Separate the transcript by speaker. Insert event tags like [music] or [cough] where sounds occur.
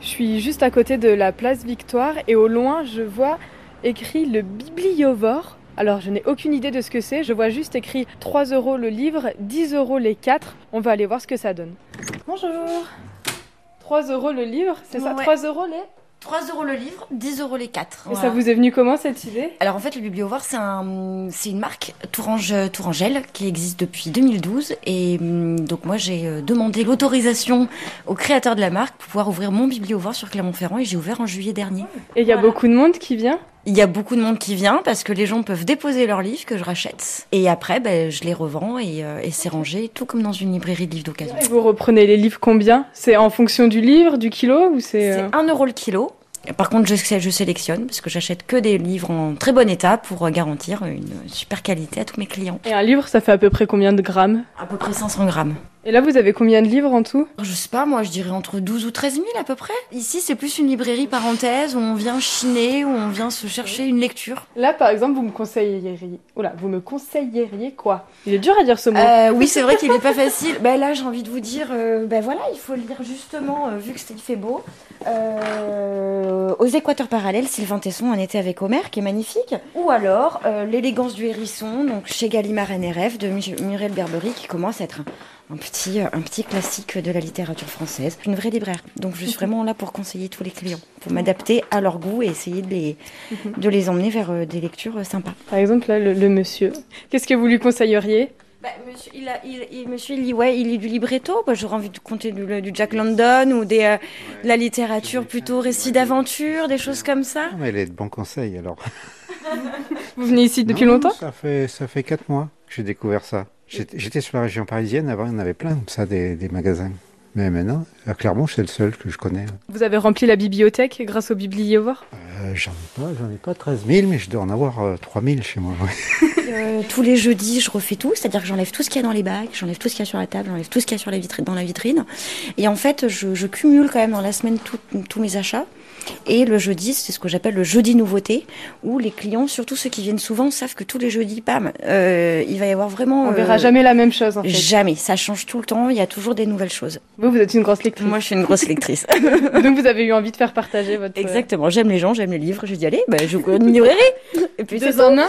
Speaker 1: suis juste à côté de la place Victoire et au loin, je vois écrit le bibliovore. Alors, je n'ai aucune idée de ce que c'est. Je vois juste écrit 3 euros le livre, 10 euros les 4. On va aller voir ce que ça donne. Bonjour 3 euros le livre, c'est ça
Speaker 2: Ouais.
Speaker 1: 3 euros les
Speaker 2: 3 euros le livre, 10 euros les 4.
Speaker 1: Et ça vous est venu comment cette idée
Speaker 2: Alors en fait, le Bibliovore, c'est un, c'est une marque Tourange, Tourangelle qui existe depuis 2012. Et hum, donc moi, j'ai euh, demandé l'autorisation au créateur de la marque pour pouvoir ouvrir mon Bibliovore sur Clermont-Ferrand et j'ai ouvert en juillet dernier.
Speaker 1: Et il y a
Speaker 2: Voilà.
Speaker 1: beaucoup de monde qui vient
Speaker 2: Il y a beaucoup de monde qui vient parce que les gens peuvent déposer leurs livres que je rachète. Et après, ben, je les revends et, euh, et c'est rangé tout comme dans une librairie de livres d'occasion.
Speaker 1: Et vous reprenez les livres combien C'est en fonction du livre, du kilo ou c'est... euh,
Speaker 2: C'est 1 euro le kilo. Par contre, je, sé- je sélectionne parce que j'achète que des livres en très bon état pour euh, garantir une super qualité à tous mes clients.
Speaker 1: Et un livre, ça fait à peu près combien de grammes
Speaker 2: À peu près 500 grammes.
Speaker 1: Et là, vous avez combien de livres en tout
Speaker 2: Je sais pas, moi je dirais entre 12 ou 13 000 à peu près. Ici, c'est plus une librairie parenthèse où on vient chiner, où on vient se chercher une lecture.
Speaker 1: Là, par exemple, vous me conseilleriez... Oula, vous me conseilleriez quoi Il est dur à dire ce mot.
Speaker 2: Euh, oui, c'est vrai qu'il est pas facile. Ben là, j'ai envie de vous dire, euh, ben voilà, il faut lire justement, euh, vu que c'est- il fait beau, euh, Aux Équateurs parallèles, Sylvain Tesson en était avec Homer, qui est magnifique. Ou alors, euh, L'élégance du hérisson, donc chez Gallimard NRF, de Mich- Muriel Berbery, qui commence à être un, un petit, euh, un petit classique de la littérature française. Une vraie libraire. Donc je suis vraiment là pour conseiller tous les clients, pour m'adapter à leur goût et essayer de les, de les emmener vers euh, des lectures euh, sympas.
Speaker 1: Par exemple, là, le, le monsieur. Qu'est-ce que vous lui conseilleriez
Speaker 2: Bah, monsieur, il a, il, il- monsieur, il lit, ouais, il lit du libretto. Bah, J'aurais envie de compter du, du Jack London ou des, euh, de la littérature plutôt récit d'aventure, des choses comme ça.
Speaker 3: Ah, mais elle est de bons conseils alors.
Speaker 1: Vous venez ici [laughs] depuis
Speaker 3: Non,
Speaker 1: longtemps
Speaker 3: Ça fait ça fait quatre mois que j'ai découvert ça. J'étais j'étais sur la région parisienne avant, il y en avait plein comme ça des, des magasins. Mais maintenant, à Clermont, c'est le seul que je connais.
Speaker 1: Vous avez rempli la bibliothèque grâce au bibliovore
Speaker 3: Euh, j'en ai pas, j'en ai pas 13 000, mais je dois en avoir euh, 3 000 chez moi. ouais.
Speaker 2: Euh, tous les jeudis, je refais tout, c'est-à-dire que j'enlève tout ce qu'il y a dans les bacs, j'enlève tout ce qu'il y a sur la table, j'enlève tout ce qu'il y a sur la vitrine, dans la vitrine. Et en fait, je, je cumule quand même dans la semaine tout- tous mes achats. Et le jeudi, c'est ce que j'appelle le jeudi nouveauté, où les clients, surtout ceux qui viennent souvent, savent que tous les jeudis, bam, euh, il va y avoir vraiment.
Speaker 1: On
Speaker 2: euh,
Speaker 1: verra jamais la même chose, en fait.
Speaker 2: Jamais, ça change tout le temps, il y a toujours des nouvelles choses.
Speaker 1: Vous, vous êtes une grosse lectrice.
Speaker 2: [laughs] Moi, je suis une grosse lectrice.
Speaker 1: Donc, vous avez eu envie de faire partager votre... euh,
Speaker 2: [laughs] Exactement, j'aime les gens, j'aime les livres, j'ai dit allez, bah, je vais une librairie. Et puis c'est
Speaker 1: Deux en un